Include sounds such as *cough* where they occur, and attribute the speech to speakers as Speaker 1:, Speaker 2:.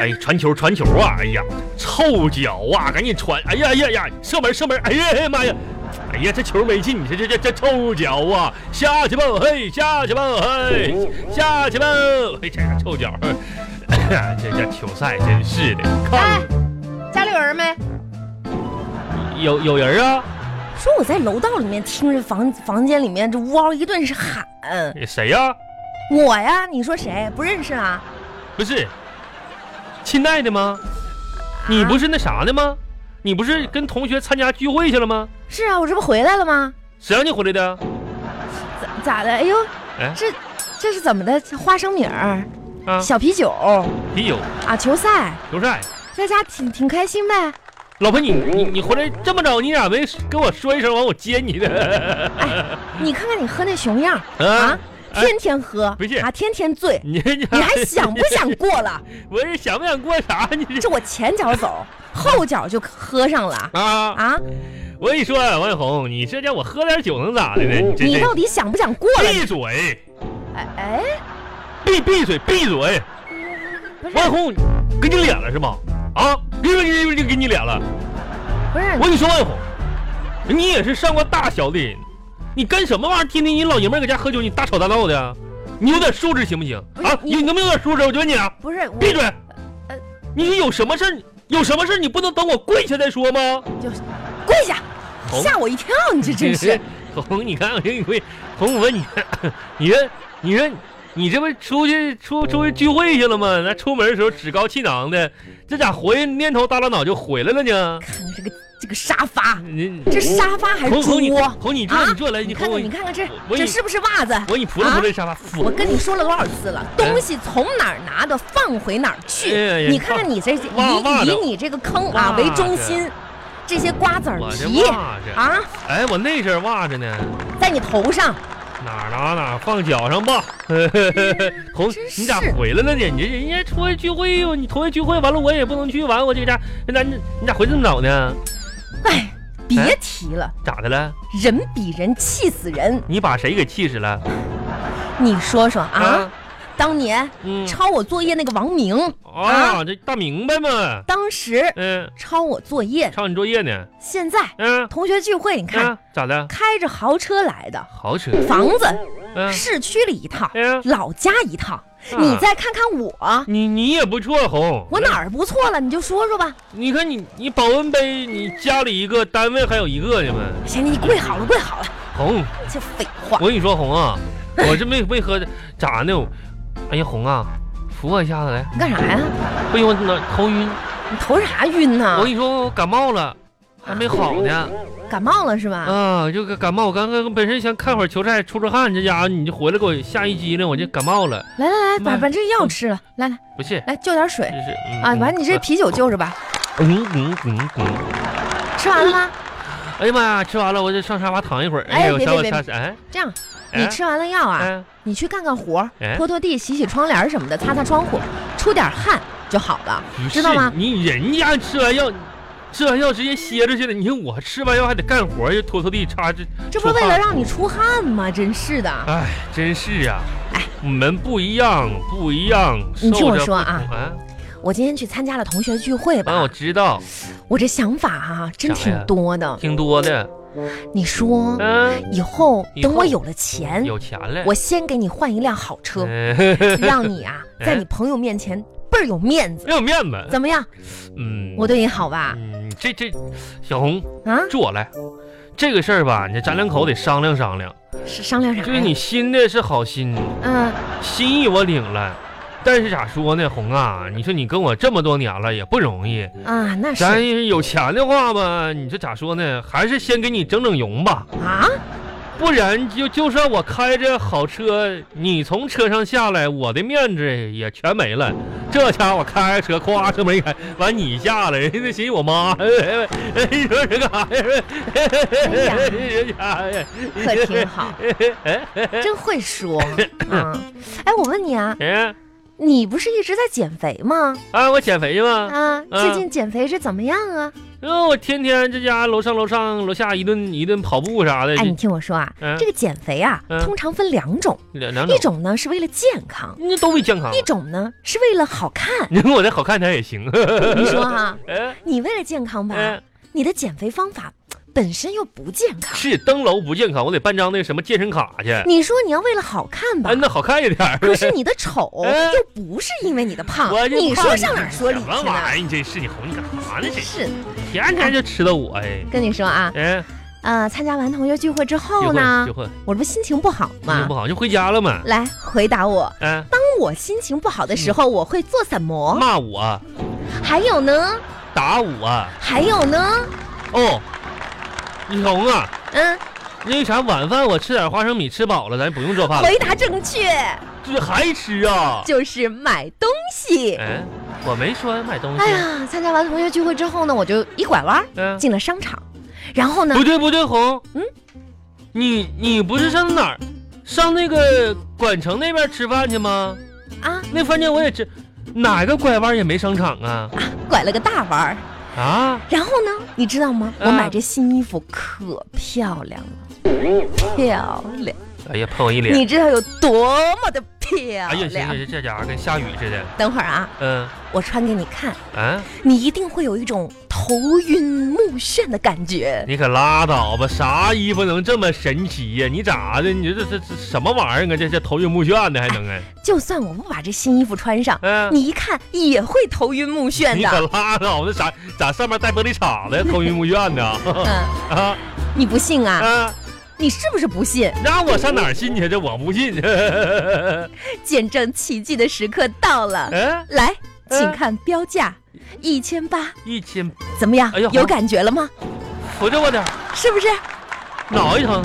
Speaker 1: 哎传球传球啊！哎呀，臭脚啊！赶紧传！哎呀呀呀，射门射门！哎呀哎呀妈呀！哎呀，这球没进！这这这这臭脚啊！下去吧，嘿，下去吧，嘿，下去吧！嘿，这个臭脚，哎这这球赛真是的，看
Speaker 2: 哎，家里有人没？
Speaker 1: 有有人啊？
Speaker 2: 说我在楼道里面听着房房间里面这呜嗷一顿是喊，
Speaker 1: 哎谁呀、
Speaker 2: 我呀，你说谁不认识啊？
Speaker 1: 不是，亲爱的吗？你不是那啥的吗？你不是跟同学参加聚会去了吗？
Speaker 2: 是啊，我这不回来了吗？
Speaker 1: 谁让你回来的？
Speaker 2: 咋咋的？哎呦，
Speaker 1: 哎
Speaker 2: 这这是怎么的？花生米儿、
Speaker 1: 啊，
Speaker 2: 小啤酒
Speaker 1: 啤酒
Speaker 2: 啊，球赛，
Speaker 1: 球赛，
Speaker 2: 在家挺挺开心呗。
Speaker 1: 老婆你
Speaker 2: 嗯
Speaker 1: 你你回来这么早，你咋没跟我说一声，完我接你呢？
Speaker 2: 你看看你喝那熊样
Speaker 1: 啊，，
Speaker 2: 啊
Speaker 1: 哎啊
Speaker 2: 天天喝，
Speaker 1: 不是
Speaker 2: 啊，天天醉，
Speaker 1: 你你
Speaker 2: 你还想不想？过了？
Speaker 1: *laughs* 我是想不想过啥？你这
Speaker 2: 这我前脚走，后脚就喝上了
Speaker 1: 啊！
Speaker 2: 啊！
Speaker 1: 我跟你说，啊王小红，你这叫我喝点酒能咋的呢？这
Speaker 2: 嗯你
Speaker 1: 这
Speaker 2: 到底想不想过了？
Speaker 1: 闭嘴，
Speaker 2: 哎哎，
Speaker 1: 闭闭嘴，闭嘴！
Speaker 2: 不是
Speaker 1: 王小红，给你脸了是吗？啊，给你给你给你给你脸了。
Speaker 2: 不是
Speaker 1: 我，跟你说，万红，你也是上过大小的人，你干什么玩意儿？天天你老爷们儿搁家喝酒，你大吵大闹的，啊你有点素质行不行
Speaker 2: 不是
Speaker 1: 啊？
Speaker 2: 你
Speaker 1: 你能不能有点素质？我就问你啊，
Speaker 2: 不是我
Speaker 1: 闭嘴
Speaker 2: 呃！
Speaker 1: 你有什么事儿？有什么事儿你不能等我跪下再说吗？
Speaker 2: 跪下，
Speaker 1: 红
Speaker 2: 吓我一跳！你这真是
Speaker 1: 红，你看我给你跪，红，我问你，你这你这你这不出去出出去聚会去了吗？那出门的时候趾高气昂的，这咋回去念头耷拉脑就回来了呢？
Speaker 2: 看看这个这个沙发，
Speaker 1: 你
Speaker 2: 这沙发还是
Speaker 1: 红红你
Speaker 2: 桌。
Speaker 1: 红你
Speaker 2: 啊
Speaker 1: 坐你坐来，
Speaker 2: 你看
Speaker 1: 红
Speaker 2: 看，你看看这
Speaker 1: 我
Speaker 2: 这是不是袜子？
Speaker 1: 我给你扑了扑这沙发，扶
Speaker 2: 我跟你说了多少次了，东西从哪儿拿的放回哪儿
Speaker 1: 哎呀
Speaker 2: 去。
Speaker 1: 呀
Speaker 2: 你看看你这
Speaker 1: 袜袜
Speaker 2: 以
Speaker 1: 子
Speaker 2: 以你这个坑
Speaker 1: 袜
Speaker 2: 啊
Speaker 1: 子
Speaker 2: 为中心，这些瓜子儿
Speaker 1: 我这
Speaker 2: 皮
Speaker 1: 袜子，
Speaker 2: 啊，
Speaker 1: 哎，我那身袜子呢？
Speaker 2: 在你头上，
Speaker 1: 哪儿拿哪儿放脚上吧。 *laughs* 红
Speaker 2: 真，是
Speaker 1: 你咋回来了呢？你这人家出去聚会哟，你同学聚会完了我也不能去，完了我这个家，那你你咋回这么早呢？
Speaker 2: 哎，别
Speaker 1: 哎
Speaker 2: 提了，
Speaker 1: 咋的了？
Speaker 2: 人比人气死人。
Speaker 1: 你把谁给气死了？
Speaker 2: 你说说啊，？当年
Speaker 1: 嗯，
Speaker 2: 抄我作业那个王明，
Speaker 1: 啊，这大明白嘛？
Speaker 2: 当时
Speaker 1: 嗯，
Speaker 2: 抄我作业，
Speaker 1: 抄你作业呢？
Speaker 2: 现在
Speaker 1: 嗯，
Speaker 2: 同学聚会，你看
Speaker 1: 嗯，咋的？
Speaker 2: 开着豪车来的，
Speaker 1: 豪车，
Speaker 2: 房子
Speaker 1: 嗯，
Speaker 2: 市区里一套，
Speaker 1: 哎呀，
Speaker 2: 老家一套，你再看看我，
Speaker 1: 你你也不错，红，
Speaker 2: 我哪儿不错了，你就说说吧。
Speaker 1: 你看你，你保温杯，你家里一个，单位还有一个呢嘛。
Speaker 2: 行，你跪好了，跪好了，
Speaker 1: 红，
Speaker 2: 这废话
Speaker 1: *laughs* 我跟你说，红啊，我这没没喝的，咋呢？哎呀，红啊，扶我一下子来，
Speaker 2: 你干啥呀？
Speaker 1: 不行，我脑头晕。
Speaker 2: 你头啥晕
Speaker 1: 我
Speaker 2: 呢
Speaker 1: 跟？你说，我感冒了，还没好
Speaker 2: 啊
Speaker 1: 呢。
Speaker 2: 感冒了是吧？
Speaker 1: 啊，这个感冒，我刚刚本身想看会儿球赛出出汗，这家伙你就回来给我吓一激灵，我这感冒了。
Speaker 2: 来来来，把
Speaker 1: 妈
Speaker 2: 把这药吃了，来来
Speaker 1: 不是，
Speaker 2: 来，就点水
Speaker 1: 这是
Speaker 2: 啊，完你这啤酒就着吧，
Speaker 1: 嗯嗯嗯嗯。
Speaker 2: 吃完了吗？
Speaker 1: 哎呀妈呀，吃完了我就上沙发躺一会儿。
Speaker 2: 哎
Speaker 1: 呦，
Speaker 2: 别
Speaker 1: 上我
Speaker 2: 别
Speaker 1: 下哎
Speaker 2: 这样，
Speaker 1: 哎
Speaker 2: 你吃完了药啊，
Speaker 1: 哎
Speaker 2: 你去干干活
Speaker 1: 哎，
Speaker 2: 拖拖地、洗洗窗帘什么的，擦擦窗户，出点汗就好了
Speaker 1: 不，
Speaker 2: 知道
Speaker 1: 是
Speaker 2: 吗？
Speaker 1: 你人家吃完药，吃完药直接歇着去了。你看我吃完药还得干活，又拖拖地、擦这，
Speaker 2: 这不是为了让你出汗吗？真是的。
Speaker 1: 哎，真是啊，
Speaker 2: 哎
Speaker 1: 我们不一样，不一样。
Speaker 2: 你听我
Speaker 1: 受着
Speaker 2: 说
Speaker 1: 不
Speaker 2: 啊
Speaker 1: 同啊，
Speaker 2: 我今天去参加了同学聚会
Speaker 1: 啊，
Speaker 2: 吧
Speaker 1: 我，知道，
Speaker 2: 我这想法哈、真
Speaker 1: 啥呀
Speaker 2: 挺多的。
Speaker 1: 挺多的。
Speaker 2: 你说
Speaker 1: 哎嗯，
Speaker 2: 以后
Speaker 1: 以
Speaker 2: 等我
Speaker 1: 后
Speaker 2: 有了钱，
Speaker 1: 有钱了。
Speaker 2: 嗯我先给你换一辆好车，
Speaker 1: 嗯 *laughs*
Speaker 2: 让你啊在你朋友面前倍儿有面子，
Speaker 1: 没有面子。
Speaker 2: 怎么样？
Speaker 1: 嗯，
Speaker 2: 我对你好吧？
Speaker 1: 嗯，这这，小红，
Speaker 2: 啊，
Speaker 1: 助我来。这个事儿吧，你咱两口得商量商量。
Speaker 2: 是商哎量啥呀？
Speaker 1: 就是你心的是好心，
Speaker 2: 嗯，
Speaker 1: 心意我领了，但是咋说呢，红啊，你说你跟我这么多年了也不容易，
Speaker 2: 啊，那是
Speaker 1: 咱有钱的话吧，你这咋说呢，还是先给你整整容吧，
Speaker 2: 啊，
Speaker 1: 不然就就算我开着好车，你从车上下来，我的面子也全没了。这家伙开着车，咵车门一开，完你下来，人家寻思我妈，哎哎哎，你说这干啥呀？哎呀，*laughs*
Speaker 2: 可嗯挺好，真会说啊。哎，我问你啊，
Speaker 1: 哎，
Speaker 2: 你不是一直在减肥吗？
Speaker 1: 啊，我减肥去吧。
Speaker 2: 啊，最
Speaker 1: 嗯
Speaker 2: 近减肥是怎么样啊？
Speaker 1: 然后我天天这家楼上楼上楼下一顿一顿跑步啥的，
Speaker 2: 哎，你听我说啊，
Speaker 1: 嗯
Speaker 2: 这个减肥啊，
Speaker 1: 嗯
Speaker 2: 通常分两种，
Speaker 1: 两两
Speaker 2: 一
Speaker 1: 种，
Speaker 2: 种呢是为了健康，
Speaker 1: 那都没健康。
Speaker 2: 一种呢是为了
Speaker 1: *laughs*
Speaker 2: 好看。
Speaker 1: 你说我再好看点也行。
Speaker 2: 你说哈、
Speaker 1: 哎
Speaker 2: 你为了健康吧，
Speaker 1: 哎，
Speaker 2: 你的减肥方法本身又不健康。
Speaker 1: 是登楼不健康，我得办张那什么健身卡去。
Speaker 2: 你说你要为了好看吧
Speaker 1: 哎，，那好看一点儿。
Speaker 2: 可是你的丑
Speaker 1: *laughs* 哎
Speaker 2: 又不是因为你的胖
Speaker 1: 我，就
Speaker 2: 啊你
Speaker 1: 怕
Speaker 2: 说
Speaker 1: 你
Speaker 2: 上哪儿说理
Speaker 1: 什么
Speaker 2: 去
Speaker 1: 玩
Speaker 2: 呢？
Speaker 1: 意儿？你这是你哄你干啥呢？这
Speaker 2: 是，
Speaker 1: 天天就知道我哎
Speaker 2: 跟你说啊，
Speaker 1: 哎，
Speaker 2: 呃，参加完同学聚会之
Speaker 1: 结
Speaker 2: 后
Speaker 1: 婚
Speaker 2: 呢
Speaker 1: 结，婚，
Speaker 2: 我这不心情不好
Speaker 1: 心情
Speaker 2: 吗
Speaker 1: 不？好就回家了嘛。
Speaker 2: 来回答我，
Speaker 1: 哎，
Speaker 2: 当我心情不好的时候，我会做什么？
Speaker 1: 骂我，
Speaker 2: 还有呢？
Speaker 1: 打我，
Speaker 2: 还有呢？
Speaker 1: 哦，你红啊，
Speaker 2: 嗯，
Speaker 1: 那啥晚饭我吃点花生米，吃饱了咱不用做饭了。
Speaker 2: 回答正确，
Speaker 1: 这还吃啊？
Speaker 2: 就是买东西。
Speaker 1: 哎，我没说买东西
Speaker 2: 哎。呀，参加完同学聚会之后呢，我就一拐弯儿
Speaker 1: 嗯、
Speaker 2: 进了商场，然后呢
Speaker 1: 不，对不对，红，
Speaker 2: 嗯，
Speaker 1: 你你不是上哪儿？上那个管城那边吃饭去吗？
Speaker 2: 啊，
Speaker 1: 那饭店我也吃，哪个拐弯也没商场啊
Speaker 2: 拐了个大弯儿。
Speaker 1: 啊！
Speaker 2: 然后呢，你知道吗？
Speaker 1: 嗯
Speaker 2: 我买这新衣服可漂亮了，漂亮！
Speaker 1: 哎呀，喷我一脸！
Speaker 2: 你知道有多么的漂
Speaker 1: 哎呀，行
Speaker 2: 亮？
Speaker 1: 行，这家伙跟下雨似的。
Speaker 2: 等会儿啊，
Speaker 1: 嗯
Speaker 2: 我穿给你看，
Speaker 1: 啊，
Speaker 2: 你一定会有一种头晕目眩的感觉。
Speaker 1: 你可拉倒吧，啥衣服能这么神奇呀、你咋的？你这这这什么玩意儿啊？这这头晕目眩的还能啊？
Speaker 2: 就算我不把这新衣服穿上，
Speaker 1: 嗯、
Speaker 2: 你一看也会头晕目眩
Speaker 1: 你可
Speaker 2: 的。
Speaker 1: 拉倒，那咋咋上面带玻璃碴子呀，头晕目眩呢？
Speaker 2: 嗯，
Speaker 1: 啊
Speaker 2: 你不信啊？
Speaker 1: 啊！
Speaker 2: 你是不是不信？
Speaker 1: 让我上哪儿信去？这我不信。 *laughs*
Speaker 2: 见证奇迹的时刻到了，
Speaker 1: 嗯，
Speaker 2: 来，
Speaker 1: 嗯
Speaker 2: 请看标价，一千八，
Speaker 1: 一千，
Speaker 2: 怎么样
Speaker 1: 哎呀？
Speaker 2: 有
Speaker 1: 好
Speaker 2: 感觉了吗？
Speaker 1: 扶着我点儿，
Speaker 2: 是不是？
Speaker 1: 脑一疼。